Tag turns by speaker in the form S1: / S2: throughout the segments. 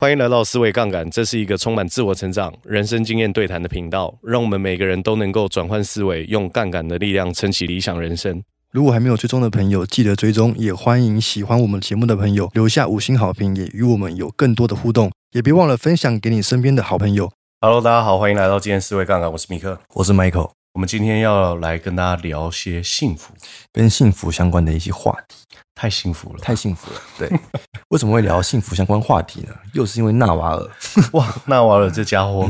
S1: 欢迎来到思维杠杆，这是一个充满自我成长、人生经验对谈的频道，让我们每个人都能够转换思维，用杠杆的力量撑起理想人生。
S2: 如果还没有追踪的朋友，记得追踪，也欢迎喜欢我们节目的朋友留下五星好评，也与我们有更多的互动，也别忘了分享给你身边的好朋友。
S1: Hello，大家好，欢迎来到今天思维杠杆，我是米克。
S2: 我是 Michael，
S1: 我们今天要来跟大家聊些幸福，
S2: 跟幸福相关的一些话题，
S1: 太幸福了，
S2: 太幸福了。对， 为什么会聊幸福相关话题呢？又是因为纳瓦 尔，
S1: 哇！纳瓦尔这家伙、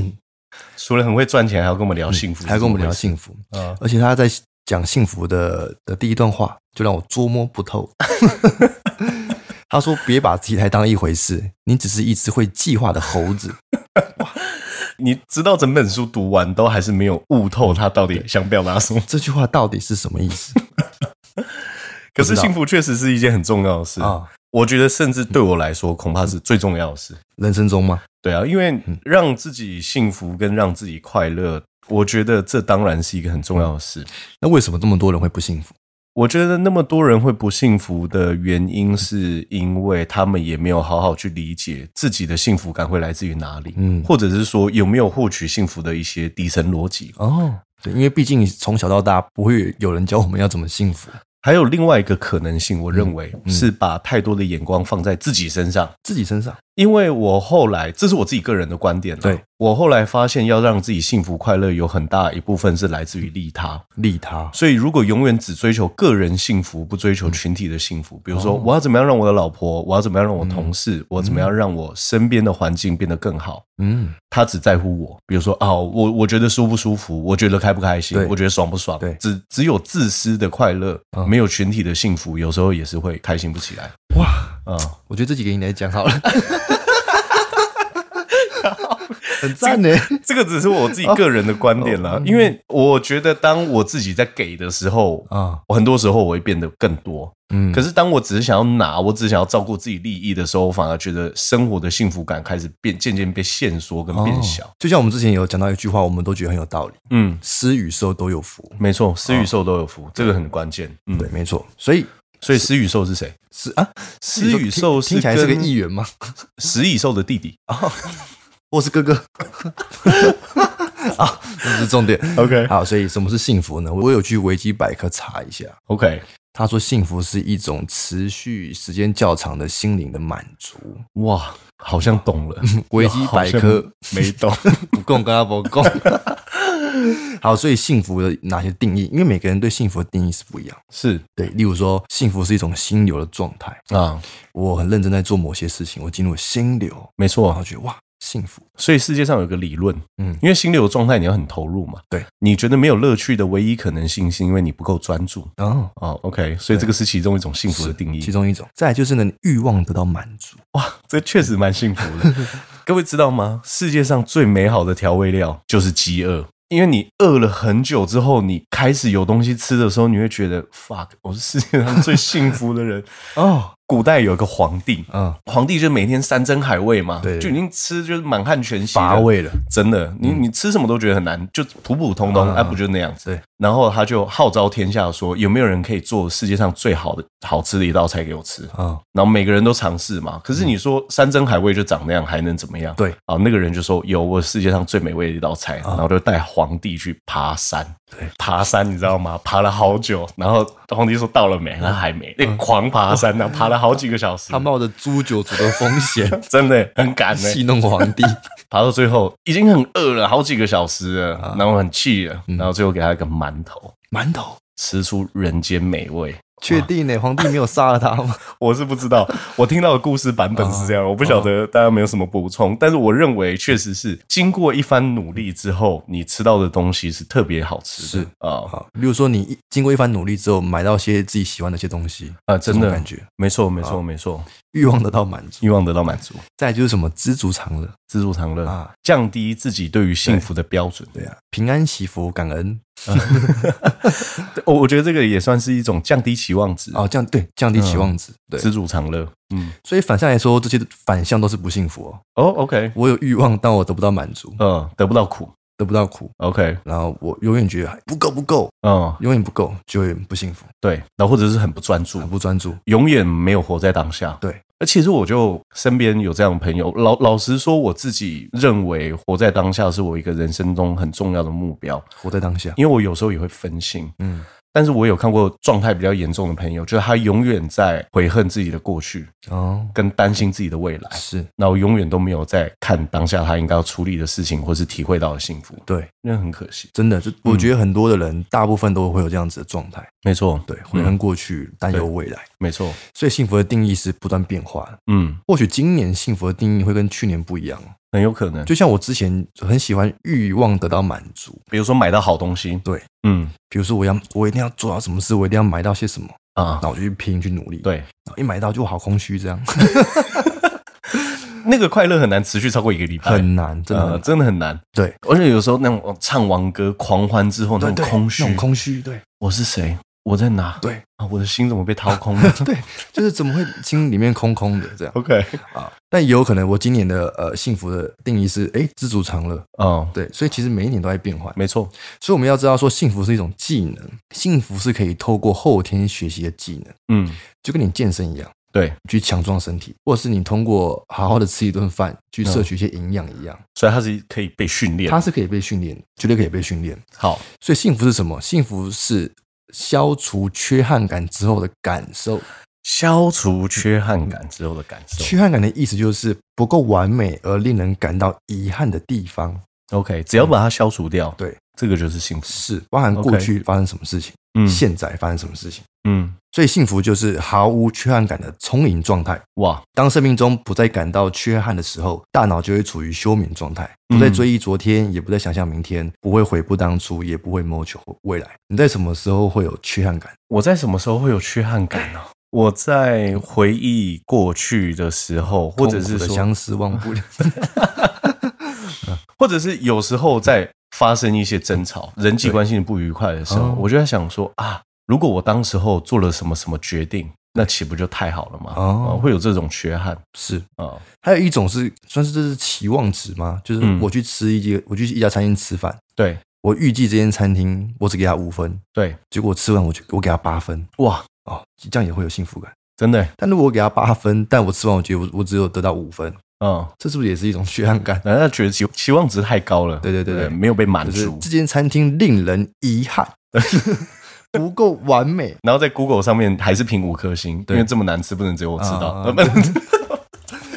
S1: 除了很会赚钱，还要跟我们聊幸福，
S2: 嗯还跟我们聊幸福，
S1: 福啊！
S2: 而且他在讲幸福的的第一段话，就让我捉摸不 透。他说：“别把自己太当一回事，你只是一只会计划的猴子。”
S1: 你知道整本书读完都还是没有悟透他到底想表达什么，
S2: 这句话到底是什么意 思
S1: 可是幸福确实是一件很重要的事
S2: 啊？
S1: 我觉得，甚至对我来说，恐怕是最重要的事。
S2: 人生中吗？
S1: 对啊，因为
S2: 嗯
S1: 让自己幸福跟让自己快乐，我觉得这当然是一个很重要的事。
S2: 那为什么这么多人会不幸福？
S1: 我觉得那么多人会不幸福的原因，是因为他们也没有好好去理解自己的幸福感会来自于哪里，
S2: 嗯，
S1: 或者是说有没有获取幸福的一些底层逻辑。
S2: 哦，对，因为毕竟从小到大不会有人教我们要怎么幸福，
S1: 还有另外一个可能性，我认为
S2: 嗯
S1: 是把太多的眼光放在自己身上。
S2: 自己身上
S1: 因为我后来，这是我自己个人的观点啦啊
S2: 对
S1: 我后来发现，要让自己幸福快乐，有很大一部分是来自于利他。
S2: 利他，
S1: 所以，如果永远只追求个人幸福，不追求群体的幸福，比如说，
S2: 哦
S1: 我要怎么样让我的老婆，我要怎么样让我同事，我怎么样让我身边的环境变得更好，
S2: 嗯，
S1: 他只在乎我。比如说，哦，我我觉得舒不舒服，我觉得开不开心
S2: 对，
S1: 我觉得爽不爽，
S2: 对
S1: 只只有自私的快乐，
S2: 嗯
S1: 没有群体的幸福，有时候也是会开心不起来
S2: 哇，
S1: 啊。
S2: 我觉得这集给你来讲 好了，很赞呢，
S1: 这个只是我自己个人的观点啦，因为我觉得当我自己在给的时候，
S2: 啊，
S1: 我很多时候我会变得更多。
S2: 嗯，
S1: 可
S2: 是
S1: 是当我只是想要拿，我只是想要照顾自己利益的时候，我反而觉得生活的幸福感开始变渐渐被限缩
S2: 哦
S1: 跟变小。
S2: 就像我们之前有讲到一句话，我们都觉得很有道理，
S1: 嗯，
S2: 施与受都有福，
S1: 没错，施与受都有福，这个很关键。嗯，
S2: 哦对，没错，所以
S1: 所以施与受是谁？
S2: 是啊，
S1: 施与受
S2: 听
S1: 是
S2: 听起来是个
S1: 跟
S2: 议员吗？
S1: 食蚁兽的弟弟。
S2: 我是哥 哥。啊，这不是重点。
S1: OK
S2: 好，所以什么是幸福呢？我有去维基百科查一下，
S1: OK，
S2: 他说幸福是一种持续时间较长的心灵的满足。
S1: 哇，好像懂 了。
S2: 维基百科
S1: 没懂。
S2: 不共跟他不共。 好，所以幸福的哪些定义？因为每个人对幸福的定义是不一样。
S1: 是
S2: 对，例如说，幸福是一种心流的状态。
S1: 啊，
S2: 我很认真在做某些事情，我进入心流，
S1: 没错
S2: 然。后觉得哇，幸福。
S1: 所以世界上有个理论，嗯
S2: 嗯，
S1: 因为心流的状态你要很投入嘛，
S2: 对，
S1: 你觉得没有乐趣的唯一可能性是因为你不够专注
S2: 哦，
S1: 哦，OK，所以这个是其中一种幸福的定义
S2: 其，中一种。再来就是呢，你欲望得到满足。
S1: 这确实蛮幸福 的。各位知道吗？世界上最美好的调味料就是饥饿。因为你饿了很久之后，你开始有东西吃的时候，你会觉得 fuck，我是世界上最幸福的人。
S2: 哦，
S1: 古代有一个皇帝，
S2: 嗯，
S1: 皇帝就每天山珍海味嘛，
S2: 对
S1: 就已经吃就是满汉全席了
S2: 乏味了。
S1: 真的，你你吃什么都觉得很难，就普普通通，
S2: 啊
S1: 哎、不就那样子？
S2: 对。
S1: 然后他就号召天下说，有没有人可以做世界上最好的好吃的一道菜给我吃？
S2: 嗯，
S1: 然后每个人都尝试嘛。可是你说山珍海味就长那样，还能怎么样？
S2: 对。
S1: 啊，那个人就说有我世界上最美味的一道菜，
S2: 啊
S1: 然后就带皇帝去爬山。
S2: 对。
S1: 爬山你知道吗？ 爬了好久，然后皇帝说到了没？他还没，那狂爬山呢、爬了好几个小时。
S2: 嗯他冒着诛九族的风 险
S1: 真的很赶呢、
S2: 戏弄皇帝。
S1: 爬到最后已经很饿了，好几个小时了，
S2: 啊
S1: 然后很气了，
S2: 嗯
S1: 然后最后给他一个馒头，
S2: 馒头，
S1: 吃出人间美味。
S2: 确定呢？皇帝没有杀了他吗？
S1: 我是不知道，我听到的故事版本是这样，我不晓得大家有没有什么补充，但是我认为确实是经过一番努力之后，你吃到的东西是特别好吃的
S2: 是
S1: 啊
S2: 好，比如说你一经过一番努力之后，买到些自己喜欢的一些东西，
S1: 啊，
S2: 这
S1: 真
S2: 种
S1: 的
S2: 感觉，
S1: 没错没错没错，
S2: 欲望得到满足。
S1: 欲望得到满足，
S2: 再来就是什么知足常乐
S1: 知足常乐，
S2: 啊，
S1: 降低自己对于幸福的标准。
S2: 对啊，平安祈福感恩
S1: 对我我觉得这个也算是一种降低期望值，
S2: 哦，这样对，降低期望值。对，
S1: 知足常乐。嗯，
S2: 所以反向来说，这些反向都是不幸福哦。
S1: 哦，OK，
S2: 我有欲望，但我得不到满足，
S1: 嗯，得不到苦。
S2: 得不到苦，
S1: OK，
S2: 然后我永远觉得不够，不够，
S1: 嗯，
S2: 永远不够，就会不幸福，
S1: 对，然后或者是很不专注
S2: 很，不专注。
S1: 永远没有活在当下。
S2: 对，
S1: 呃，其实我就身边有这样的朋友，老老实说，我自己认为活在当下是我一个人生中很重要的目标，
S2: 活在当下。
S1: 因为我有时候也会分心，
S2: 嗯，
S1: 但是我有看过状态比较严重的朋友，就是他永远在悔恨自己的过去，
S2: 哦，
S1: 跟担心自己的未来，
S2: 是
S1: 那我永远都没有在看当下他应该要处理的事情，或是体会到的幸福，
S2: 对，
S1: 那很可惜。
S2: 真的，就我
S1: 嗯
S2: 觉得很多的人，大部分都会有这样子的状态，
S1: 没错，
S2: 对，悔恨过去，担忧未来。
S1: 没错，
S2: 所以幸福的定义是不断变化的。
S1: 嗯，
S2: 或许今年幸福的定义会跟去年不一样。啊
S1: 很有可能。就
S2: 就像我之前很喜欢欲望得到满足，
S1: 比如说买到好东西，
S2: 对，
S1: 嗯
S2: 比如说我要我一定要做到什么事，我一定要买到些什么，
S1: 啊，
S2: 那我就去拼去努力。，
S1: 对，
S2: 一买到就好空 虚，这样
S1: 那个快乐很难持续超过一个礼拜，
S2: 很难，真的很
S1: 呃
S2: 难。
S1: 真的很难。
S2: 对，
S1: 而且有时候那种唱完歌狂欢之后那
S2: 对
S1: 种
S2: 对，
S1: 空虚
S2: 那，种空虚，对
S1: 我是谁？我在哪？
S2: 对
S1: 啊，我的心怎么被掏空 了
S2: 对，就是怎么会心里面空空的这样
S1: ？OK，
S2: 啊？但也有可能我今年的呃幸福的定义是，哎，知足常乐。
S1: 哦，
S2: 对，所以其实每一年都在变换，
S1: 没错，
S2: 所以我们要知道说，幸福是一种技能，幸福是可以透过后天学习的技能，
S1: 嗯，
S2: 就跟你健身一样。
S1: 对，
S2: 去强壮身体，或者是你通过好好的吃一顿饭去摄取一些营养一样，
S1: 所以它是可以被训练。
S2: 它是可以被训练的，绝对可以被训练。
S1: 好，
S2: 所以幸福是什么？幸福是消除缺憾感之后的感受。
S1: 消除缺憾感之后的感受。
S2: 缺憾感的意思就是不够完美而令人感到遗憾的地方，
S1: OK，只要把它消除掉，
S2: 对，
S1: 这个就是幸福。
S2: 是包含
S1: OK
S2: 过去发生什么事情
S1: 嗯
S2: 现在发生什么事情。
S1: 嗯，
S2: 所以幸福就是毫无缺憾感的充盈状态。
S1: 哇，
S2: 当生命中不再感到缺憾的时候，大脑就会处于休眠状态，
S1: 嗯
S2: 不再追忆昨天，也不再想象明天，不会悔不当初，也不会谋求未来。你在什么时候会有缺憾感？
S1: 我在什么时候会有缺憾感呢、我在回忆过去的时候，或者是
S2: 痛苦的
S1: 说，
S2: 相思忘不了。
S1: 或者是有时候在发生一些争吵、人际关系不愉快的时候
S2: 哦，
S1: 我就在想说啊，如果我当时候做了什么什么决定，那岂不就太好了吗？
S2: 哦
S1: 啊会有这种缺憾
S2: 是，
S1: 啊，
S2: 还有一种是算是这是期望值吗？就是
S1: 嗯
S2: 我去吃一间，我去一家餐厅吃饭，
S1: 对
S2: 我预计这间餐厅我只给他五分，
S1: 对，
S2: 结果吃完我就我给他八分，
S1: 哇，
S2: 哦，这样也会有幸福感。
S1: 真的，
S2: 但如果我给他八分，但我吃完我觉得我我只有得到五分，
S1: 嗯，
S2: 这是不是也是一种缺憾感？
S1: 难道觉得期期望值太高了？
S2: 对对对对
S1: 没有被满
S2: 就是
S1: 足。
S2: 这间餐厅令人遗憾， 不够完美。
S1: 然后在 Google 上面还是评五颗星，因
S2: 对
S1: 为这么难吃，不能只有我知道。
S2: 啊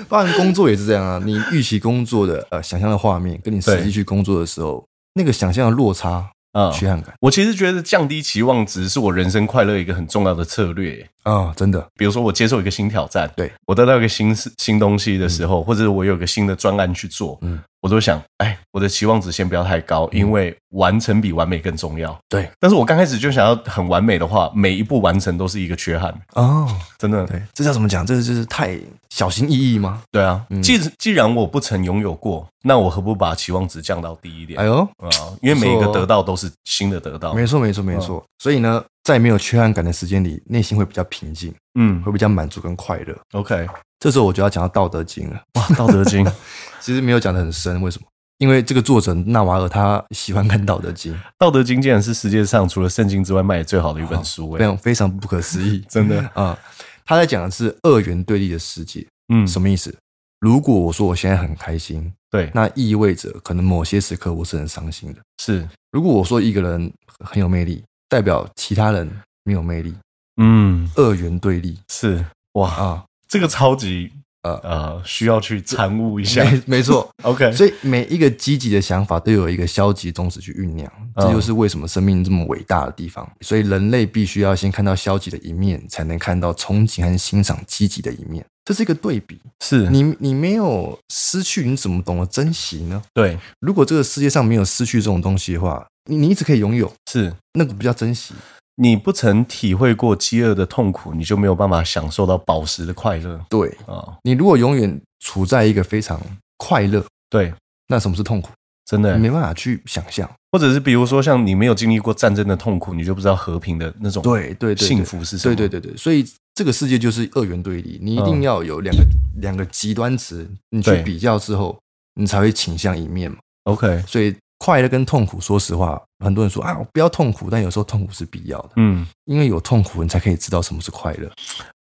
S2: 包含工作也是这样啊，你预期工作的呃想象的画面，跟你实
S1: 对
S2: 际去工作的时候，那个想象的落差、
S1: 啊
S2: 缺憾感
S1: 我其实觉得降低期望值是我人生快乐一个很重要的策略。
S2: 啊，真的
S1: 比如说，我接受一个新挑战，
S2: 对
S1: 我得到一个新事新东西的时候，或者我有个新的专案去做，
S2: 嗯
S1: 我都想，哎，我的期望值先不要太高，因为完成比完美更重要。
S2: 对
S1: 但是我刚开始就想要很完美的话，每一步完成都是一个缺憾，
S2: 哦，
S1: 真的。
S2: 对，这叫怎么讲？这就是太小心翼翼吗？
S1: 对啊，
S2: 嗯
S1: 既既然我不曾拥有过，那我何不把期望值降到低一点
S2: 哎？呦，
S1: 啊，因为每一
S2: 不
S1: 个
S2: 错哦
S1: 得到都是新的得到。
S2: 没错没错
S1: 嗯
S2: 没错。所以呢，在没有缺憾感的时间里，内心会比较平静，
S1: 嗯
S2: 会比较满足跟快乐。
S1: ，OK，
S2: 这时候我就要讲到《 道德经》了。
S1: 哇，《道德经》《
S2: 其实没有讲的很深，为什么？因为这个作者纳瓦尔他喜欢看《道德经》，
S1: 道德经》竟然是世界上除了圣经之外卖的最好的一本书、
S2: 非
S1: 欸，
S2: 常非常不可思议。
S1: 真的。
S2: 啊、他在讲的是二元对立的世界，
S1: 嗯，
S2: 什么意思？如果我说我现在很开心，
S1: 对，
S2: 那意味着可能某些时刻我是很伤心的。
S1: 是，
S2: 如果我说一个人很有魅力，代表其他人没有魅力，
S1: 嗯，
S2: 二元对立
S1: 是，哇，
S2: 啊，
S1: 这个超级
S2: 呃
S1: 呃需要去参悟一下。
S2: 没没错。
S1: OK，
S2: 所以每一个积极的想法都有一个消极宗旨去酝酿，
S1: 嗯
S2: 这就是为什么生命这么伟大的地方。所以人类必须要先看到消极的一面，才能看到憧憬和欣赏积极的一面。这是一个对比，
S1: 是
S2: 你你没有失去，你怎么懂得珍惜呢？
S1: 对，
S2: 如果这个世界上没有失去这种东西的话，你你一直可以拥有，
S1: 是
S2: 那个不叫珍惜。
S1: 你不曾体会过饥饿的痛苦，你就没有办法享受到饱食的快乐
S2: 对
S1: 啊、
S2: 你如果永远处在一个非常快乐，
S1: 对，
S2: 那什么是痛苦？
S1: 真的欸、
S2: 你没办法去想象。
S1: 或者是比如说像你没有经历过战争的痛苦，你就不知道和平的那种
S2: 对对对对
S1: 幸福是什么。嗯
S2: 对对对对，所以这个世界就是二元对立，你一定要有两个、两个极端值，你去
S1: 对
S2: 比较之后，你才会倾向一面嘛。
S1: ，OK，
S2: 所以快乐跟痛苦，说实话，很多人说啊，我不要痛苦，但有时候痛苦是必要的，
S1: 嗯，
S2: 因为有痛苦，你才可以知道什么是快乐。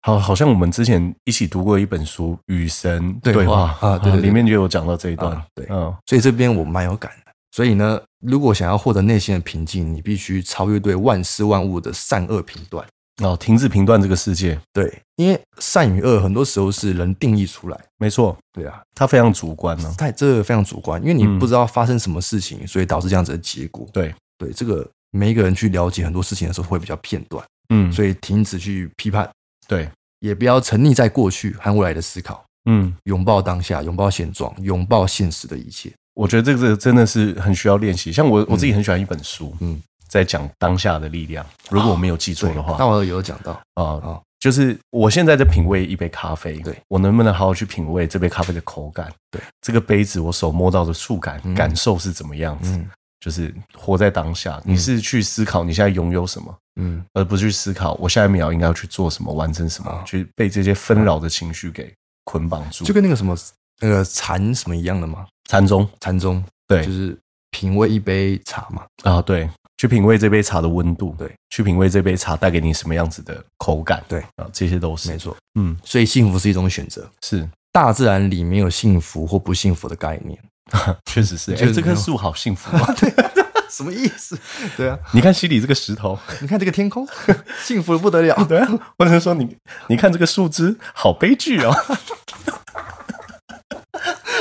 S1: 好，好像我们之前一起读过一本书《与神
S2: 对
S1: 对话
S2: 话》啊对对对
S1: 里面就有讲到这一段
S2: 啊，对
S1: 嗯
S2: 所以这边我蛮有感的。所以呢，如果想要获得内心的平静，你必须超越对万事万物的善恶评断。
S1: 哦，停止评断这个世界，
S2: 对，因为善与恶很多时候是人定义出来。
S1: 没错，
S2: 对啊，
S1: 它非常主观呢、
S2: 但这个非常主观，因为你
S1: 嗯
S2: 不知道发生什么事情，所以导致这样子的结果。
S1: 对
S2: 对，这个每一个人去了解很多事情的时候会比较片段，
S1: 嗯，
S2: 所以停止去批判，
S1: 对，
S2: 也不要沉溺在过去和未来的思考，
S1: 嗯，
S2: 拥抱当下，拥抱现状，拥抱现实的一切。
S1: 我觉得这个真的是很需要练习。像我我自己很喜欢一本书，嗯
S2: 嗯，哦
S1: 在讲当下的力量，如果我没有记错的话，
S2: 那我有讲到，
S1: 啊、
S2: 好
S1: 就是我现在在品味一杯咖啡，
S2: 哦对
S1: 我能不能好好去品味这杯咖啡的口感？
S2: 对，
S1: 这个杯子我手摸到的触感、
S2: 嗯
S1: 感受是怎么样子？
S2: 嗯
S1: 就是活在当下，你是去思考你现在拥有什么，
S2: 嗯，
S1: 而不是去思考我下一秒应该要去做什么、完成什么，
S2: 啊
S1: 去被这些纷扰的情绪给捆绑住。
S2: 就跟那个什么那个禅什么一样的嘛，
S1: 禅宗
S2: 禅宗
S1: 对
S2: 就是品味一杯茶嘛，
S1: 啊，对，去品味这杯茶的温度，
S2: 对，
S1: 去品味这杯茶带给你什么样子的口感，
S2: 对
S1: 啊，这些都是
S2: 没，错。
S1: 嗯，
S2: 所以幸福是一种选择，
S1: 是，
S2: 大自然里没有幸福或不幸福的概 念。
S1: 确实是。哎、
S2: 就是
S1: 这
S2: 没
S1: 棵
S2: 有
S1: 树好幸福 啊！
S2: 什么意思？ 对啊，
S1: 你看西里这个石头，
S2: 你看这个天空， 幸福的不得了。
S1: 对啊，或者是说你，你看这个树枝，好悲剧哦。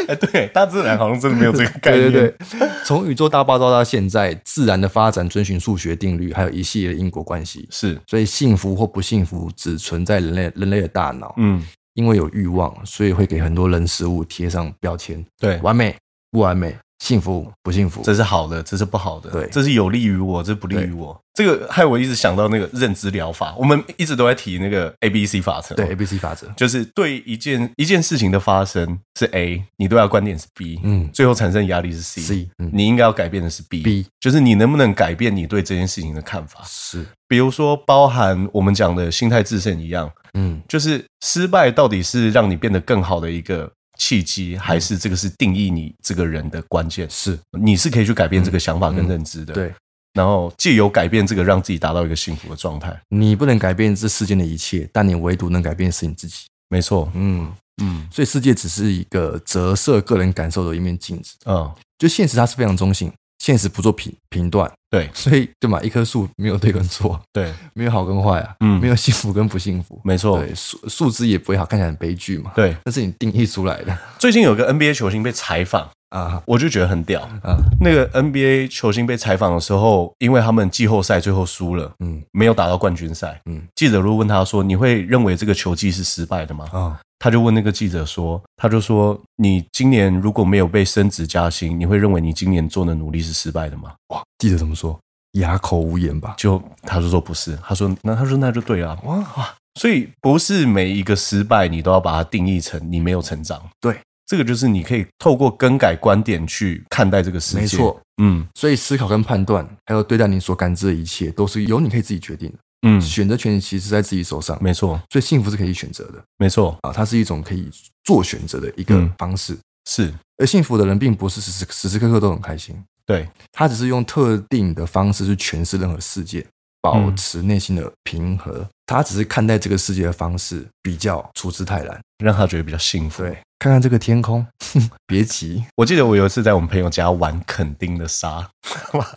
S1: 哎，对，大自然好像真的没有这个概念。
S2: 对对对， 从宇宙大爆炸到现在，自然的发展遵循数学定律，还有一系列的因果关系。
S1: 是，
S2: 所以幸福或不幸福只存在人类人类的大脑，
S1: 嗯，
S2: 因为有欲望，所以会给很多人事物贴上标签：
S1: 对，
S2: 完美、不完美、幸福、不幸福。
S1: 这是好的，这是不好的，
S2: 对
S1: 这是有利于我，这不利于我。这个害我一直想到那个认知疗法，我们一直都在提那个 A B C 法则，
S2: 对 A B C 法则。
S1: 就是对一件一件事情的发生是 A，你对他的观点是 B，
S2: 嗯
S1: 最后产生压力是 C。
S2: C，嗯
S1: 你应该要改变的是 B，,
S2: B
S1: 就是你能不能改变你对这件事情的看法？
S2: 是，
S1: 比如说，包含我们讲的心态制胜一样，
S2: 嗯
S1: 就是失败到底是让你变得更好的一个契机，还是这个是定义你这个人的关键？
S2: 是，
S1: 你是可以去改变这个想法跟认知的，
S2: 对。
S1: 然后借由改变这个，让自己达到一个幸福的状态。
S2: 你不能改变这世间的一切，但你唯独能改变的是你自己。
S1: 没错，
S2: 嗯，
S1: 嗯
S2: 所以世界只是一个折射个人感受的一面镜子。
S1: 嗯，
S2: 就现实它是非常中性，现实不做评评断，
S1: 对
S2: 所以对嘛，一棵树没有对跟错，
S1: 对，
S2: 没有好跟坏啊，
S1: 嗯
S2: 没有幸福跟不幸福，
S1: 没错，
S2: 对树树枝也不会好，看起来很悲剧嘛，，
S1: 对。
S2: 那是你定义出来的
S1: 最近有个 NBA 球星被采访，
S2: 啊
S1: 我就觉得很屌。
S2: 啊，
S1: 那个 NBA 球星被采访的时候，因为他们季后赛最后输了，
S2: 嗯
S1: 没有打到冠军赛。
S2: 嗯
S1: 记者如果问他说：“你会认为这个球技是失败的吗
S2: 啊，？”
S1: 他就问那个记者说：“他就说，你今年如果没有被升职加薪，你会认为你今年做的努力是失败的吗
S2: 哇，记者怎么说？哑口无言吧？”？
S1: 就他就说不是，他说那他说那就对啊，哇哇！所以不是每一个失败你都要把它定义成你没有成长。
S2: 对，
S1: 这个就是你可以透过更改观点去看待这个世界。
S2: 没错，
S1: 嗯
S2: 所以思考跟判断，还有对待你所感知的一切，都是由你可以自己决定的，
S1: 嗯，
S2: 选择权其实在自己手上，
S1: 没错
S2: 所以幸福是可以选择的
S1: 没错，
S2: 啊，它是一种可以做选择的一个
S1: 嗯
S2: 方式。
S1: 是
S2: 而幸福的人并不是时时时时刻刻都很开心，
S1: 对，
S2: 他只是用特定的方式去诠释任何世界，保
S1: 嗯
S2: 持内心的平和。他只是看待这个世界的方式比较处之泰然。
S1: 让他觉得比较幸福。
S2: 对，看看这个天空，哼别急，
S1: 我记得我有一次在我们朋友家玩垦丁的沙，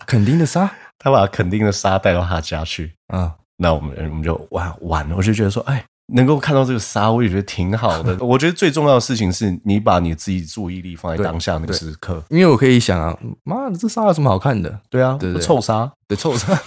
S2: 肯定的沙
S1: 他把垦丁的沙带到他家去，
S2: 啊，
S1: 那我们我们就玩玩，我就觉得说，哎。能够看到这个沙，我也觉得挺好 的。我觉得最重要的事情是你把你自己注意力放在
S2: 对
S1: 当下那个
S2: 对
S1: 时刻。
S2: 因为我可以想啊，妈的，这沙有什么好看的？
S1: 对啊，
S2: 对对
S1: 臭沙，
S2: 对，臭 沙，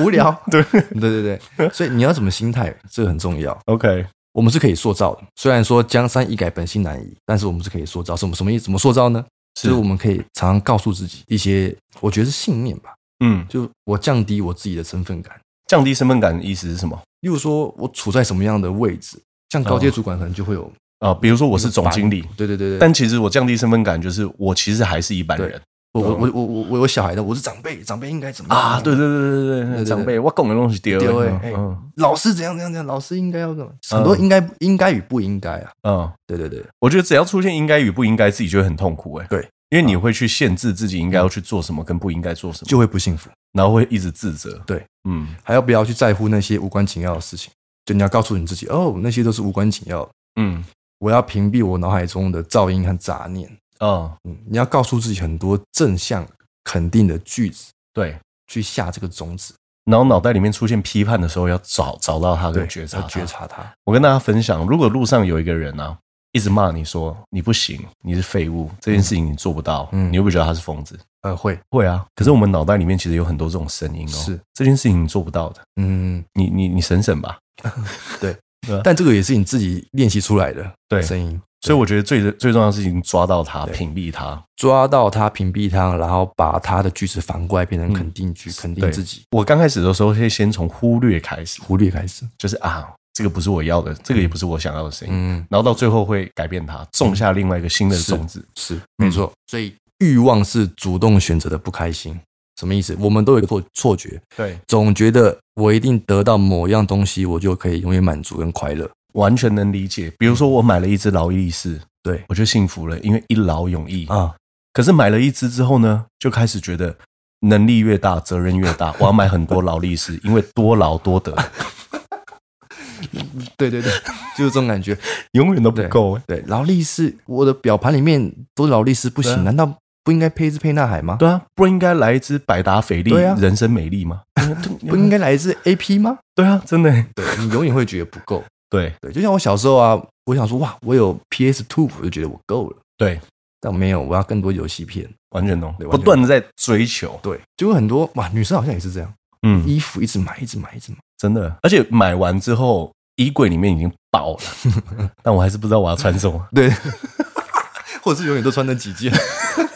S2: 无聊。
S1: 对
S2: 对对对，所以你要什么心态，这个很重要。
S1: ，OK，
S2: 我们是可以塑造的，虽然说江山易改，本性难移，但是我们是可以塑造。什么什么意思？怎么塑造呢？
S1: 是
S2: 就是我们可以常常告诉自己一些，我觉得是信念吧，
S1: 嗯，
S2: 就我降低我自己的身份感。
S1: 降低身份感的意思是什么？
S2: 例如说，我处在什么样的位置，像高阶主管可能就会有，
S1: 啊、比如说我是总经理，
S2: 对对对对，
S1: 但其实我降低身份感就是我其实还是一般人
S2: 我我我我我我有小孩的，我是长辈，长辈应该怎么样
S1: 嗯啊。对对对对对对，
S2: 对
S1: 长辈，我讲的东西丢
S2: 丢
S1: 了
S2: 哎
S1: 嗯
S2: 老师怎样怎样怎样，老师应该要怎么，很多应该、应该与不应该啊，
S1: 嗯，
S2: 对对对，
S1: 我觉得只要出现应该与不应该，自己就会很痛苦哎、
S2: 对，
S1: 因为你会去限制自己应该要去做什么跟不应该做什么，
S2: 就会不幸福。
S1: 然后会一直自责。
S2: 嗯对，
S1: 嗯
S2: 还要不要去在乎那些无关紧要的事情？就你要告诉你自己，哦，那些都是无关紧要的。
S1: 嗯
S2: 我要屏蔽我脑海中的噪音和杂念。
S1: 哦，
S2: 嗯，你要告诉自己很多正向、肯定的句子，
S1: 对。
S2: 去下这个种子，
S1: 然后脑袋里面出现批判的时候，要找找到它
S2: 对，
S1: 跟觉察
S2: 要
S1: 它。
S2: 觉察它。
S1: 我跟大家分享，如果路上有一个人啊，一直骂你说你不行，你是废物，这件事情你做不到，
S2: 嗯
S1: 你会不会觉得他是疯子？
S2: 呃，会，
S1: 会啊。可是我们脑袋里面其实有很多这种声音哦，
S2: 是
S1: 这件事情你做不到的，
S2: 嗯，
S1: 你你你省省吧。
S2: 但这个也是你自己练习出来的
S1: 对
S2: 声音，
S1: 所以我觉得最最重要的事情，抓到它，
S2: 对
S1: 屏蔽它。
S2: 抓到它，屏蔽它，然后把它的句子反过来变成肯定句，肯定
S1: 对
S2: 自己，
S1: 我刚开始的时候会先从忽略开始，
S2: 忽略开始。
S1: 就是啊，这个不是我要的，这个也不是我想要的声音。
S2: 嗯，
S1: 然后到最后会改变它，种下另外一个新的种子。
S2: 是没错。所以欲望是主动选择的不开心，什么意思？我们都有一个错错觉，
S1: 对，
S2: 总觉得我一定得到某样东西，我就可以永远满足跟快乐。
S1: 完全能理解。比如说，我买了一只劳伊力士，
S2: 对
S1: 我就幸福了，因为一劳永逸。
S2: 啊，
S1: 可是买了一只之后呢，就开始觉得能力越大，责任越大，我要买很多劳力 士，因为多劳多得，
S2: 对对对， 就是这种感觉。
S1: 永远都不够。
S2: 对，劳力士，我的表盘里面都是劳力士，不行，
S1: 对啊
S2: 难道不应该配一支沛纳海吗？
S1: 对啊，不应该来一只百达翡丽、
S2: 对啊
S1: 人生美丽 吗？
S2: 不应该来一支 AP 吗？
S1: 对啊，真的
S2: 对你永远会觉得不够。
S1: 对
S2: 对，就像我小时候啊，我想说哇，我有 PS Two，我就觉得我够了，
S1: 对，
S2: 但我没有，我要更多游戏片。
S1: 完全懂，
S2: 对完
S1: 不
S2: 全
S1: 断的在追求。
S2: 对，就有很多哇，女生好像也是这样，
S1: 嗯，
S2: 衣服一直买，一直买，一直买。
S1: 真的，而且买完之后，衣柜里面已经爆 了，但我还是不知道我要穿什么。
S2: 对， 或者是永远都穿那几件，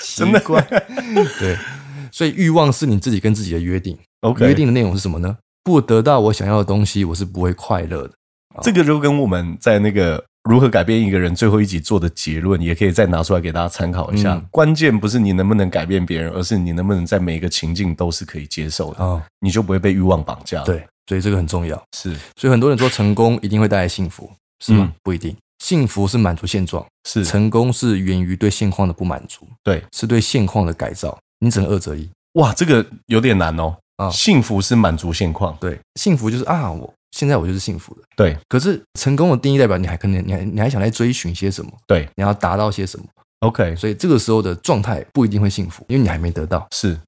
S2: 奇
S1: 真的
S2: 怪。 对，所以欲望是你自己跟自己的约定。
S1: OK，
S2: 约定的内容是什么呢？不得到我想要的东西，我是不会快乐的。
S1: 这个就跟我们在那个如何改变一个人最后一集做的结论，也可以再拿出来给大家参考一下。
S2: 嗯
S1: 关键不是你能不能改变别人，而是你能不能在每一个情境都是可以接受的，
S2: 哦，
S1: 你就不会被欲望绑架。，
S2: 对，啊所以这个很重要。
S1: 是
S2: 所以很多人说成功一定会带来幸福，是吗？
S1: 嗯
S2: 不一定，幸福是满足现状，
S1: 是，
S2: 成功是源于对现况的不满足，
S1: 对，
S2: 是对现况的改造。你只能二择一。
S1: 哇，这个有点难哦。
S2: 啊
S1: 幸福是满足现况，
S2: 对，幸福就是啊，我现在我就是幸福的。
S1: 对
S2: 可是成功的定义代表你还可能你还你还想来追寻些什么？
S1: 对
S2: 你要达到些什么？
S1: ，OK，
S2: 所以这个时候的状态不一定会幸福，因为你还没得到，
S1: 是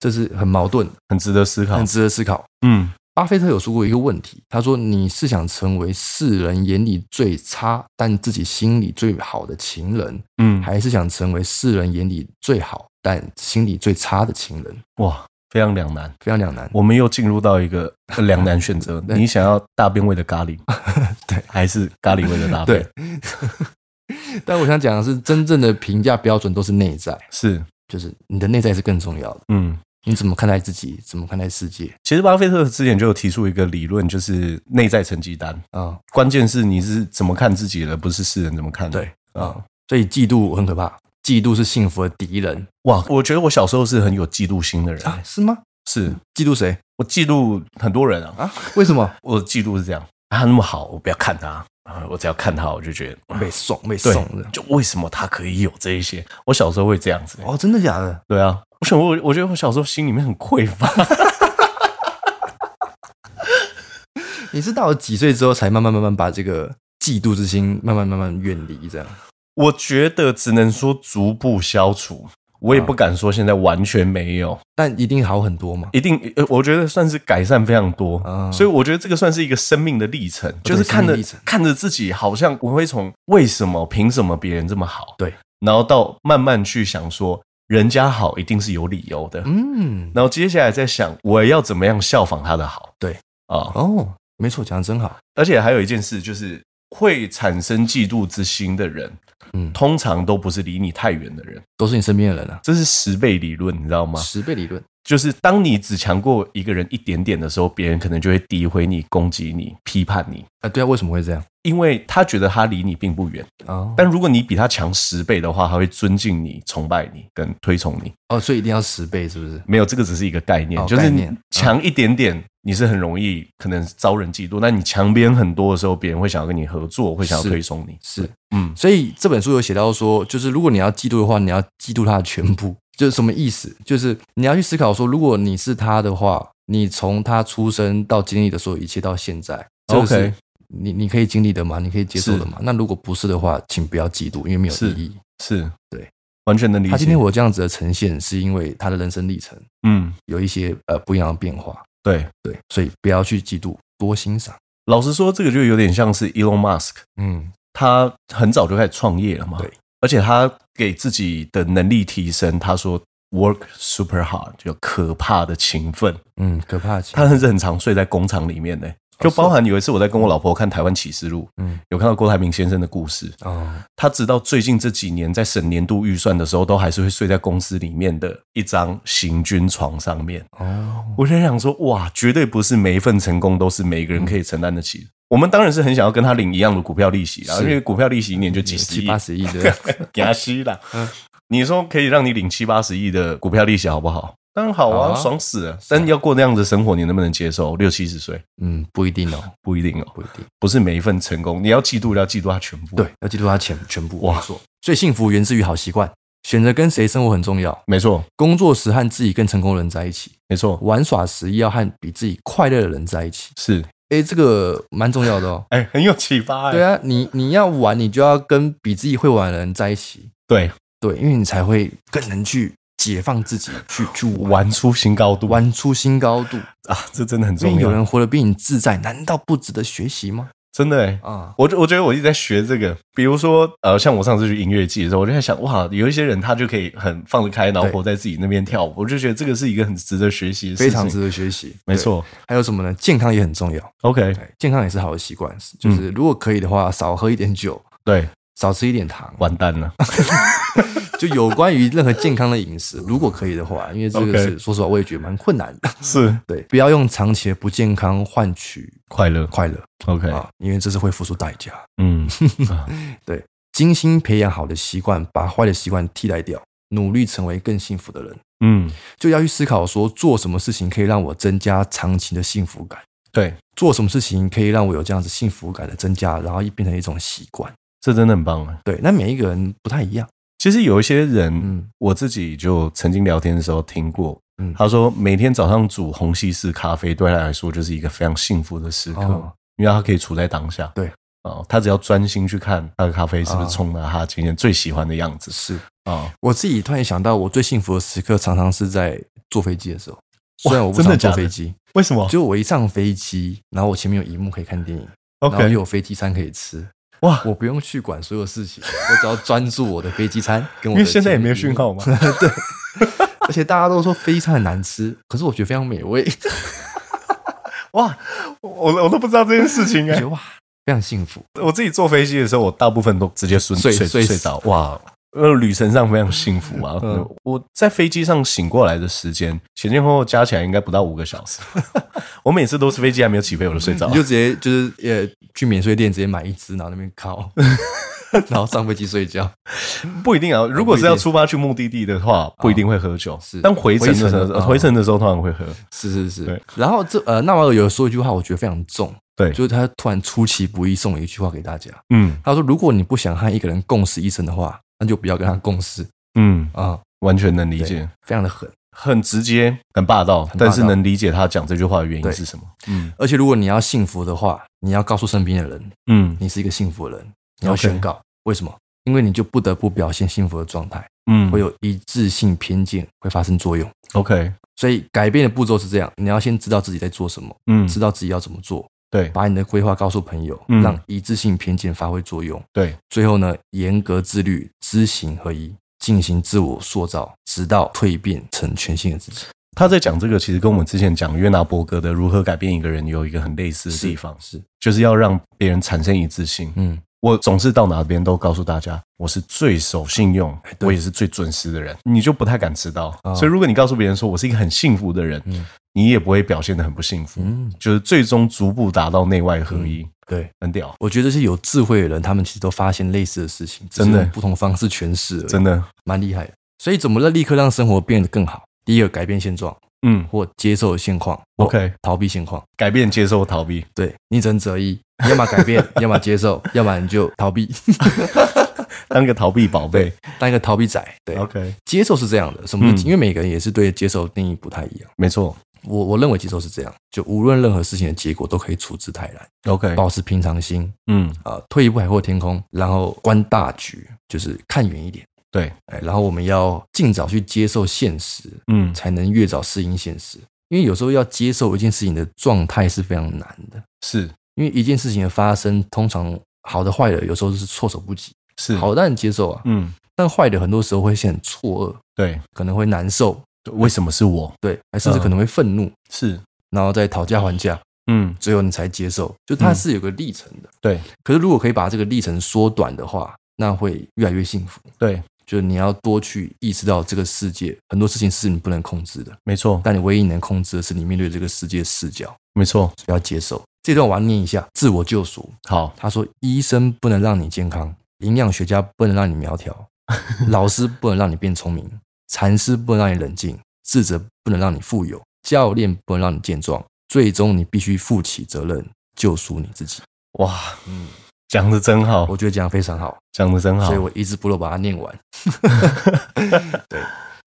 S2: 这是很矛盾的，
S1: 很值得思考
S2: 很。值得思考。
S1: 嗯，
S2: 巴菲特有说过一个问题，他说：“你是想成为世人眼里最差，但自己心里最好的情人，
S1: 嗯，
S2: 还是想成为世人眼里最好但心里最差的情人
S1: 哇，非常两难。？”
S2: 非常两难。
S1: 我们又进入到一个呃两难选择，
S2: 对
S1: 你想要大便味的咖喱，
S2: 对，
S1: 还是咖喱味的大便
S2: 对？，但我想讲的是，真正的评价标准都是内在，
S1: 是，
S2: 就是你的内在是更重要的。
S1: 嗯。
S2: 你怎么看待自己，怎么看待世界
S1: 其实巴菲特之前就有提出一个理论，就是内在成绩单。
S2: 啊
S1: 关键是你是怎么看自己的，不是世人怎么看。
S2: 对啊、
S1: 啊，
S2: 所以嫉妒很可怕，嫉妒是幸福的敌人
S1: 哇，我觉得我小时候是很有嫉妒心的人，欸
S2: 啊？是吗？
S1: 是
S2: 嫉妒谁
S1: 我嫉妒很多人啊。
S2: 啊？为什么？
S1: 我的嫉妒是这样，啊他那么好，我不要看他，啊我只要看他，我就觉得
S2: 被送被
S1: 对
S2: 送的，
S1: 就为什么他可以有这一些？我小时候会这样子。欸
S2: 哦，真的假的？
S1: 对啊，我想我我觉得我小时候心里面很匮乏，
S2: 你是到了几岁之后才慢慢慢慢把这个嫉妒之心慢慢慢慢远离？这样
S1: 我觉得只能说逐步消除，我
S2: 啊
S1: 也不敢说现在完全没有。
S2: 但一定好很多嘛？
S1: 一定，呃我觉得算是改善非常多，
S2: 啊哦
S1: 所以我觉得这个算是一个生命的历程，
S2: 对
S1: 就是看
S2: 生
S1: 着
S2: 命历程
S1: 看着自己，好像我会从为什么、凭什么别人这么好，
S2: 对，
S1: 然后到慢慢去想说，人家好一定是有理由的，
S2: 嗯，
S1: 然后接下来再想我要怎么样效仿他的好，
S2: 对
S1: 啊、
S2: 哦，没错，讲的真好。
S1: 而且还有一件事就是。会产生嫉妒之心的人，
S2: 嗯，
S1: 通常都不是离你太远的人，
S2: 都是你身边的人啊，
S1: 这是十倍理论，你知道吗？
S2: 十倍理论
S1: 就是当你只强过一个人一点点的时候，别人可能就会诋毁你、攻击你、批判你，
S2: 啊，对啊，为什么会这样
S1: 因为他觉得他离你并不远。
S2: 啊？
S1: 但如果你比他强十倍的话，他会尊敬你、崇拜你跟推崇你。
S2: 哦，所以一定要十倍，是不是？
S1: 没有，这个只是一个概念，
S2: 哦
S1: 就是
S2: 概
S1: 你
S2: 念
S1: 强一点点，你是很容易可能招人嫉妒。那你强别人很多的时候，别人会想要跟你合作，会想要
S2: 是
S1: 推崇你。
S2: 是，
S1: 嗯，
S2: 所以这本书有写到说，就是如果你要嫉妒的话，你要嫉妒他的全部， 就是什么意思？就是你要去思考说，如果你是他的话，你从他出生到经历的所有一切到现在这个是
S1: OK
S2: 你你可以经历的吗？你可以接受的
S1: 是
S2: 吗？那如果不是的话，请不要嫉妒，因为没有
S1: 是
S2: 意义。
S1: 是，
S2: 对，
S1: 完全能理解。
S2: 他今天我这样子的呈现，是因为他的人生历程
S1: 嗯，
S2: 有一些呃不一样的变化，
S1: 对，
S2: 对，所以不要去嫉妒，多欣赏。
S1: 老实说，这个就有点像是 Elon Musk，
S2: 嗯，
S1: 他很早就开始创业了嘛，
S2: 对，
S1: 而且他给自己的能力提升，他说 work super hard，就可怕的勤奋，
S2: 嗯，可怕的情
S1: 他是很常睡在工厂里面的、
S2: 哦
S1: 就包含有一次我在跟我老婆看台湾启示录，
S2: 嗯
S1: 有看到郭台铭先生的故事，
S2: 哦，
S1: 他直到最近这几年在审年度预算的时候，都还是会睡在公司里面的一张行军床上面。
S2: 哦，
S1: 我在想说，哇，绝对不是每一份成功都是每一个人可以承担得起的。我们当然是很想要跟他领一样的股票利息啦，
S2: 是
S1: 因为股票利息一年就几十
S2: 七
S1: 亿、
S2: 八十亿的，
S1: 给他吸啦
S2: 嗯。
S1: 你说可以让你领七八十亿的股票利息，好不好？当然好啊，
S2: 好啊
S1: 爽死了！但要过那样的生活，你能不能接受？六七十岁
S2: 嗯，不一定哦，
S1: 不一定哦，
S2: 不一定。
S1: 不是每一份成功，你要嫉妒，要嫉妒他全部。
S2: 对，，要记住它全全部。
S1: 哇
S2: 哇，所以幸福源自于好习惯，选择跟谁生活很重要。
S1: 没错，
S2: 工作时和自己更成功的人在一起，
S1: 没错，
S2: 玩耍时要和比自己快乐的人在一起。
S1: 是，。
S2: 诶，这个蛮重要的哦
S1: 哎，很有启发哎。
S2: 对啊，你你要玩，你就要跟比自己会玩的人在一起。
S1: 对，
S2: 对，因为你才会更能去解放自己，去去玩，
S1: 玩出新高度，
S2: 玩出新高度。
S1: 啊，这真的很
S2: 因
S1: 重
S2: 为有
S1: 要，
S2: 人活得比你自在，难道不值得学习吗？
S1: 真的哎。
S2: 啊，
S1: 我就我觉得我一直在学这个，比如说，呃，像我上次去音乐季的时候，我就在想，哇，有一些人他就可以很放得开，然后
S2: 对
S1: 活在自己那边跳舞，我就觉得这个是一个很值得学习的事情，
S2: 非常值得学习。
S1: 没错
S2: 对，还有什么呢？健康也很重要。
S1: ，OK，
S2: 对，健康也是好的习惯，就是如果可以的话，少喝一点酒，
S1: 对，
S2: 少吃一 点糖，
S1: 完蛋了，
S2: 就有关于任何健康的饮食，如果可以的话，因为这个
S1: OK
S2: 是说实话，我也觉得蛮困难的。
S1: 是
S2: 对，不要用长期的不健康换取
S1: 快乐
S2: 快乐
S1: ，OK，
S2: 啊，因为这是会付出代价。
S1: 嗯，
S2: 精心培养好的习惯，把坏的习惯替代掉，努力成为更幸福的人，
S1: 嗯，
S2: 就要去思考说，做什么事情可以让我增加长期的幸福感。
S1: 对，
S2: 做什么事情可以让我有这样子幸福感的增加，然后变成一种习惯？
S1: 这真的很棒啊。
S2: 对，那每一个人不太一样。
S1: 其实有一些人，
S2: 嗯
S1: 我自己就曾经聊天的时候听过，
S2: 嗯
S1: 他说每天早上煮虹吸式咖啡对他来说就是一个非常幸福的时刻，
S2: 哦
S1: 因为他可以处在当下。
S2: 对。
S1: 哦，他只要专心去看他的咖啡是不
S2: 啊
S1: 是冲了他今天最喜欢的样子
S2: 是
S1: 啊、
S2: 我自己突然想到，我最幸福的时刻常常是在坐飞机的时候。虽然我不
S1: 真的假
S2: 常坐
S1: 的哦
S2: 飞机，
S1: 为什么
S2: 就我一上飞机，然后我前面有荧幕可以看电影然后又
S1: ？OK，
S2: 有飞机餐可以吃，
S1: 哇，
S2: 我不用去管所有事情，我只要专注我的飞机餐跟
S1: 因
S2: 我
S1: 为
S2: 的。
S1: 现在也没有讯，号 嘛。
S2: 而且大家都说飞机餐很难吃，可是我觉得非常 美味，
S1: 哇，我我都不知道这件事情
S2: 我
S1: 哎、
S2: 觉得哇，非常幸福。
S1: 我自己坐飞机的时候，我大部分都直接睡
S2: 睡
S1: 睡
S2: 睡
S1: 睡着，哇，呃，旅程上非常幸福嘛。
S2: 嗯
S1: 我在飞机上醒过来的时间，前前后后加起来应该不到五个小时。 我每次都是飞机还没有起飞我就睡着
S2: 你就直接就是呃去免税店直接买一只，然后那边 烤，然后上飞机睡觉。
S1: 不一定啊，如果是要出发去目的地的话，不一定会喝酒。
S2: 啊是
S1: 但回程的时
S2: 回程
S1: 候，
S2: 的啊
S1: 回程的时候通常会喝。
S2: 是是是
S1: 对。
S2: 然后这呃纳瓦尔有说一句话，我觉得非常重，
S1: 对，
S2: 就是他突然出其不意送了一句话给大家。
S1: 嗯
S2: 他说：“如果你不想和一个人共事一生的话，那就不要跟他共事
S1: 嗯，
S2: 啊、
S1: 完全能理解，
S2: 非常的狠。
S1: 很直接，很霸道，
S2: 很霸道
S1: 但是能理解他讲这句话的原因
S2: 对
S1: 是什么。嗯
S2: 而且如果你要幸福的话，你要告诉身边的人，
S1: 嗯
S2: 你是一个幸福的人，你要
S1: OK
S2: 宣告。为什么？因为你就不得不表现幸福的状态，
S1: 嗯，
S2: 会有一致性偏见会发生作用。
S1: OK，
S2: 所以改变的步骤是这样：你要先知道自己在做什么，
S1: 嗯，
S2: 知道自己要怎么做，
S1: 对
S2: 把你的规划告诉朋友，
S1: 嗯
S2: 让一致性偏见发挥作用。
S1: 对，
S2: 最后呢，严格自律，知行合一，进行自我塑造，直到蜕变成全新的自己。
S1: 他在讲这个，其实跟我们之前讲约拿伯格的《如何改变一个人》有一个很类似的地方，
S2: 是，
S1: 就是要让别人产生一致性，
S2: 嗯，
S1: 我总是到哪边都告诉大家，我是最守信用，
S2: 哎
S1: 我也是最准时的人，你就不太敢迟到。
S2: 啊
S1: 所以如果你告诉别人说我是一个很幸福的人，
S2: 嗯
S1: 你也不会表现得很不幸福，
S2: 嗯，
S1: 就是最终逐步达到内外合一，
S2: 对，
S1: 很屌，
S2: 我觉得是有智慧的人，他们其实都发现类似的事情，只是
S1: 真的
S2: 用不同方式诠释而已，
S1: 真的。
S2: 蛮厉害的。所以怎么立刻让生活变得更好？第一个，改变现状
S1: 嗯
S2: 或接受现况或
S1: ，OK，
S2: 逃避现况。
S1: 改变、接受、逃 避，
S2: 对你只能 择一，要么改变，要么接受，要么你就逃避，
S1: 当个逃避宝贝。
S2: 当一个逃避仔。对
S1: OK，
S2: 接受是这样的，什么叫？
S1: 嗯
S2: 因为每个人也是对接受定义不太一样。
S1: 没错。
S2: 我我认为接受是这样，就无论任何事情的结果都可以处之泰然，
S1: OK，
S2: 保持平常心
S1: 嗯，
S2: 啊、呃退一步海阔天空，然后观大局，就是看远一点。
S1: 对，
S2: 哎，然后我们要尽早去接受现实，
S1: 嗯，
S2: 才能越早适应现实。因为有时候要接受一件事情的状态是非常难的，
S1: 是
S2: 因为一件事情的发生，通常好的坏的有时候是措手不及。
S1: 是，
S2: 好的当然接受啊，
S1: 嗯，
S2: 但坏的很多时候会先很错愕，
S1: 对，
S2: 可能会难受，
S1: 为什么是我？
S2: 对，还甚至
S1: 啊
S2: 可能会愤怒，
S1: 是，
S2: 然后再讨价还价，
S1: 嗯，
S2: 最后你才接受。就它是有个历程的。
S1: 对
S2: 可是如果可以把这个历程缩短的话，那会越来越幸福。
S1: 对，
S2: 就是你要多去意识到这个世界很多事情是你不能控制的，
S1: 没错，
S2: 但你唯一能控制的是你面对这个世界的视角。
S1: 没错。
S2: 不要接受。这段我要念一下：自我救赎。
S1: 好，
S2: 他说，医生不能让你健康，营养学家不能让你苗条，老师不能让你变聪明，禅师不能让你冷静，智者不能让你富有，教练不能让你健壮。最终，你必须负起责任，救赎你自己。
S1: 哇，
S2: 嗯，
S1: 讲的真好
S2: 我，觉得讲得非常好，
S1: 讲的真好
S2: 所以。我一字不漏把它念完。 对，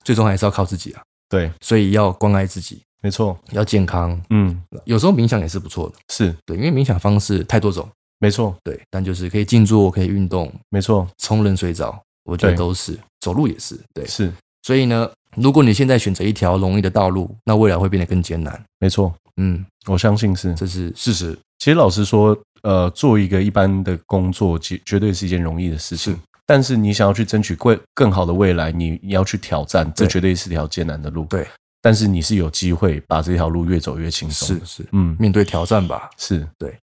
S2: 最终还是要靠自己啊，
S1: 对，
S2: 所以要关爱自己，
S1: 没错，
S2: 要健康。
S1: 嗯，
S2: 有时候冥想也是不错的，
S1: 是，
S2: 对，因为冥想方式太多种。
S1: 没错，
S2: 对，但就是可以静坐，可以运动，
S1: 没错，
S2: 冲冷水澡，我觉得
S1: 对
S2: 都是，走路也是，对。
S1: 是，
S2: 所以呢，如果你现在选择一条容易的道路，那未来会变得更艰难。
S1: 没错，
S2: 嗯，
S1: 我相信是。
S2: 这是事实。
S1: 其实老实说，呃，做一个一般的工作，绝绝对是一件容易的事情
S2: 是。
S1: 但是你想要去争取更更好的未来，你你要去挑战，这
S2: 对
S1: 绝对是条艰难的路。
S2: 对，
S1: 但是你是有机会把这条路越走越轻松。
S2: 是，是，
S1: 嗯，
S2: 面对挑战吧。
S1: 是，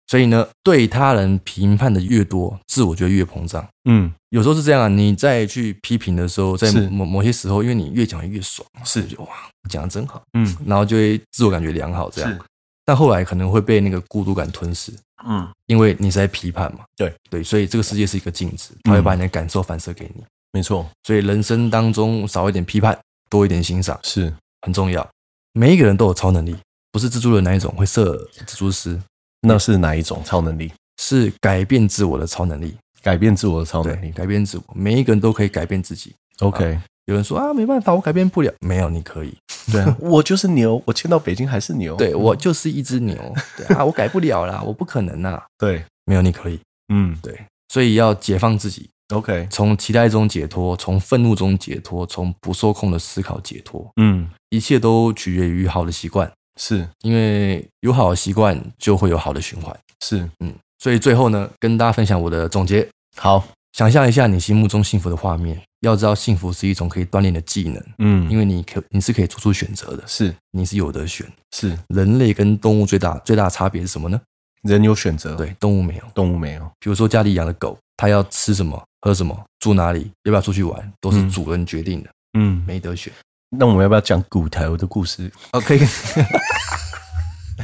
S2: 所以呢，对他人评判的越多，自我就越膨胀。
S1: 嗯，
S2: 有时候是这样啊，你在去批评的时候，在
S1: 是
S2: 某某些时候，因为你越讲越爽嘛，
S1: 是
S2: 就觉得哇，讲的真好，
S1: 嗯，
S2: 然后就会自我感觉良好这样。，但后来可能会被那个孤独感吞噬，
S1: 嗯，
S2: 因为你是在批判嘛，
S1: 对
S2: 对，所以这个世界是一个镜子，它会把你的感受反射给你。
S1: 没错，
S2: 所以人生当中少一点批判，多一点欣赏
S1: 是
S2: 很重要。每一个人都有超能力，不是蜘蛛人那一种会射蜘蛛丝，
S1: 那是哪一种超能力？
S2: 是改变自我的超能力。
S1: 改变自我的超能
S2: 对，
S1: 力。
S2: 改变自我，每一个人都可以改变自己。
S1: OK，
S2: 有人说啊，没办法，我改变不了。没有，你可以。哦
S1: 对啊， 我就是牛，我迁到北京还是牛。
S2: 对我就是一只牛，对 啊，我改不了啦，我不可能啦。
S1: 对，
S2: 没有，你可以。
S1: 嗯
S2: 对，所以要解放自己，
S1: ，OK，
S2: 从期待中解脱，从愤怒中解脱，从不受控的思考解脱，
S1: 嗯，
S2: 一切都取决于好的习惯，
S1: 是
S2: 因为有好的习惯就会有好的循环。
S1: 是，
S2: 嗯，所以最后呢，跟大家分享我的总结：
S1: 好，
S2: 想象一下你心目中幸福的画面。要知道，幸福是一种可以锻炼的技能，
S1: 嗯，
S2: 因为你可你是可以做出选择的，
S1: 是
S2: 你是有得选。
S1: 是，
S2: 人类跟动物最大最大的差别是什么呢？
S1: 人有选择，，
S2: 对，动物没有。
S1: 动物没有，
S2: 比如说家里养的狗，它要吃什么、喝什么、住哪里、要不要出去玩，都是
S1: 嗯
S2: 主人决定的，
S1: 嗯，
S2: 没得选。
S1: 那我们要不要讲骨头的故事？
S2: 哦，可以。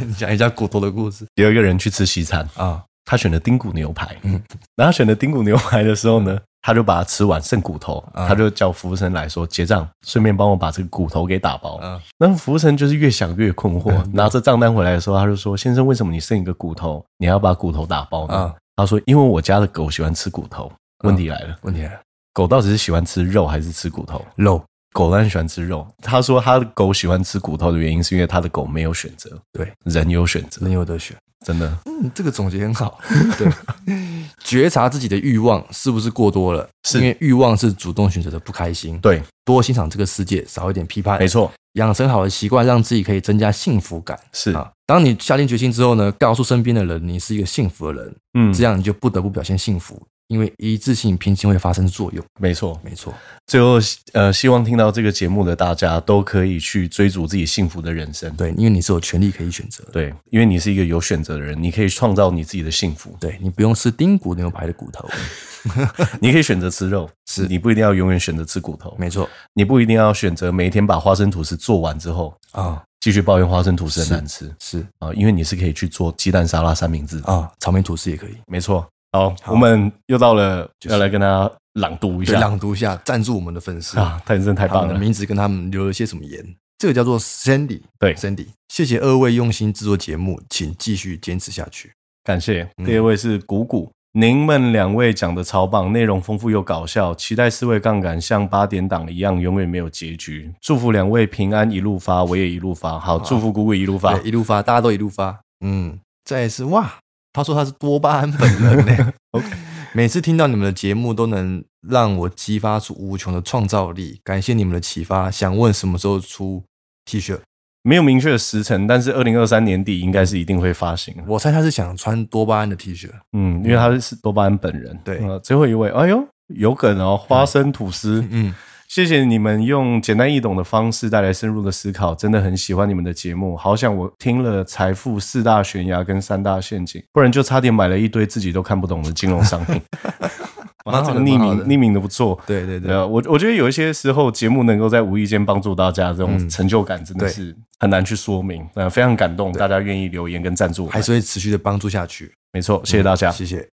S2: 你 讲一下骨头的故事
S1: 有一个人去吃西餐，
S2: 啊，
S1: 他选了丁骨牛排，嗯
S2: 嗯，
S1: 然后他选了丁骨牛排的时候呢，他就把它吃完剩骨头，
S2: 啊
S1: 他就叫服务生来说结账，顺便帮我把这个骨头给打包。
S2: 啊，
S1: 那服务生就是越想越困惑，拿着账单回来的时候，他就说：“先生，为什么你剩一个骨头，你还要把骨头打包呢？”
S2: 啊
S1: 他说：“因为我家的狗喜欢吃骨头。”问题来了，
S2: 问题来了，
S1: 狗到底是喜欢吃肉还是吃骨头？
S2: 肉，
S1: 狗当然喜欢吃肉。他说他的狗喜欢吃骨头的原因是因为他的狗没有选择，
S2: 对，
S1: 人有选择
S2: 人，有得选。
S1: 真的
S2: 嗯，这个总结很好。 对，觉察自己的欲望是不是过多了？
S1: 是
S2: 因为欲望是主动选择的不开心。，
S1: 对，
S2: 多欣赏这个世界，少一点批判。
S1: 没，错，
S2: 养成好的习惯，让自己可以增加幸福感。
S1: 是，
S2: 啊，当你下定决心之后呢，告诉身边的人你是一个幸福的人，
S1: 嗯，
S2: 这样你就不得不表现幸福，因为一致性偏心会发生作用。
S1: 没错，
S2: 没错，
S1: 最后呃，希望听到这个节目的大家都可以去追逐自己幸福的人生。
S2: 对，因为你是有权利可以选择的，
S1: 对，因为你是一个有选择的人，你可以创造你自己的幸福。
S2: 对你不用吃丁骨牛排的骨头。
S1: 你可以选择吃肉，
S2: 是
S1: 你不一定要永远选择吃骨头，
S2: 没错
S1: 你不一定要选择每一天把花生吐司做完之后
S2: 啊，
S1: 继续抱怨花生吐司很难吃
S2: 是
S1: 啊、因为你是可以去做鸡蛋沙拉三明治。
S2: 啊，草莓吐司也可以。
S1: 没错，好，
S2: 好
S1: 我们又到了、
S2: 就是
S1: 要来跟大家朗读一
S2: 对，
S1: 下
S2: 朗读一下，赞助我们的粉丝
S1: 啊，太真的太
S2: 他
S1: 棒
S2: 们的
S1: 了，
S2: 名字跟他们留了些什么言。这个叫做 Sandy，
S1: 对
S2: ，Sandy，谢谢二位用心制作节目，请继续坚持下去。
S1: 感谢。
S2: 嗯
S1: 第二位是谷谷。您们两位讲的超棒，内容丰富又搞笑，期待四位杠杆像八点档一样永远没有结局。祝福两位平安一路发，我也一路发。好，祝福谷谷一路发
S2: 对，。一路发，大家都一路发。嗯，再来是哇，他说他是多巴胺本人呢、
S1: OK
S2: 每次听到你们的节目，都能让我激发出无穷的创造力。感谢你们的启发。想问什么时候出 T 恤？
S1: 没有明确的时辰，但是二零二三年底应该是一定会发行。
S2: 我猜他是想穿多巴胺的 T 恤。
S1: 嗯，因为他是多巴胺本人。
S2: 对
S1: 呃最后一位，哎呦，有梗哦，花生吐司。
S2: 嗯，
S1: 谢谢你们用简单易懂的方式带来深入的思考，真的很喜欢你们的节目。好想我听了《财富四大悬崖》跟《三大陷阱》，不然就差点买了一堆自己都看不懂的金融商 品。哇，
S2: 蛮好
S1: 这
S2: 的
S1: 个匿
S2: 蛮好
S1: 名
S2: 的
S1: 匿名的不错。
S2: 对对
S1: 对
S2: 对，
S1: 啊，我我觉得有一些时候节目能够在无意间帮助大家，这种
S2: 嗯
S1: 成就感真的
S2: 对
S1: 是很难去说明。呃，非常感动大家愿意留言跟赞助我们，
S2: 还是会持续的帮助下去。嗯
S1: 没错，谢谢大家。
S2: 谢谢。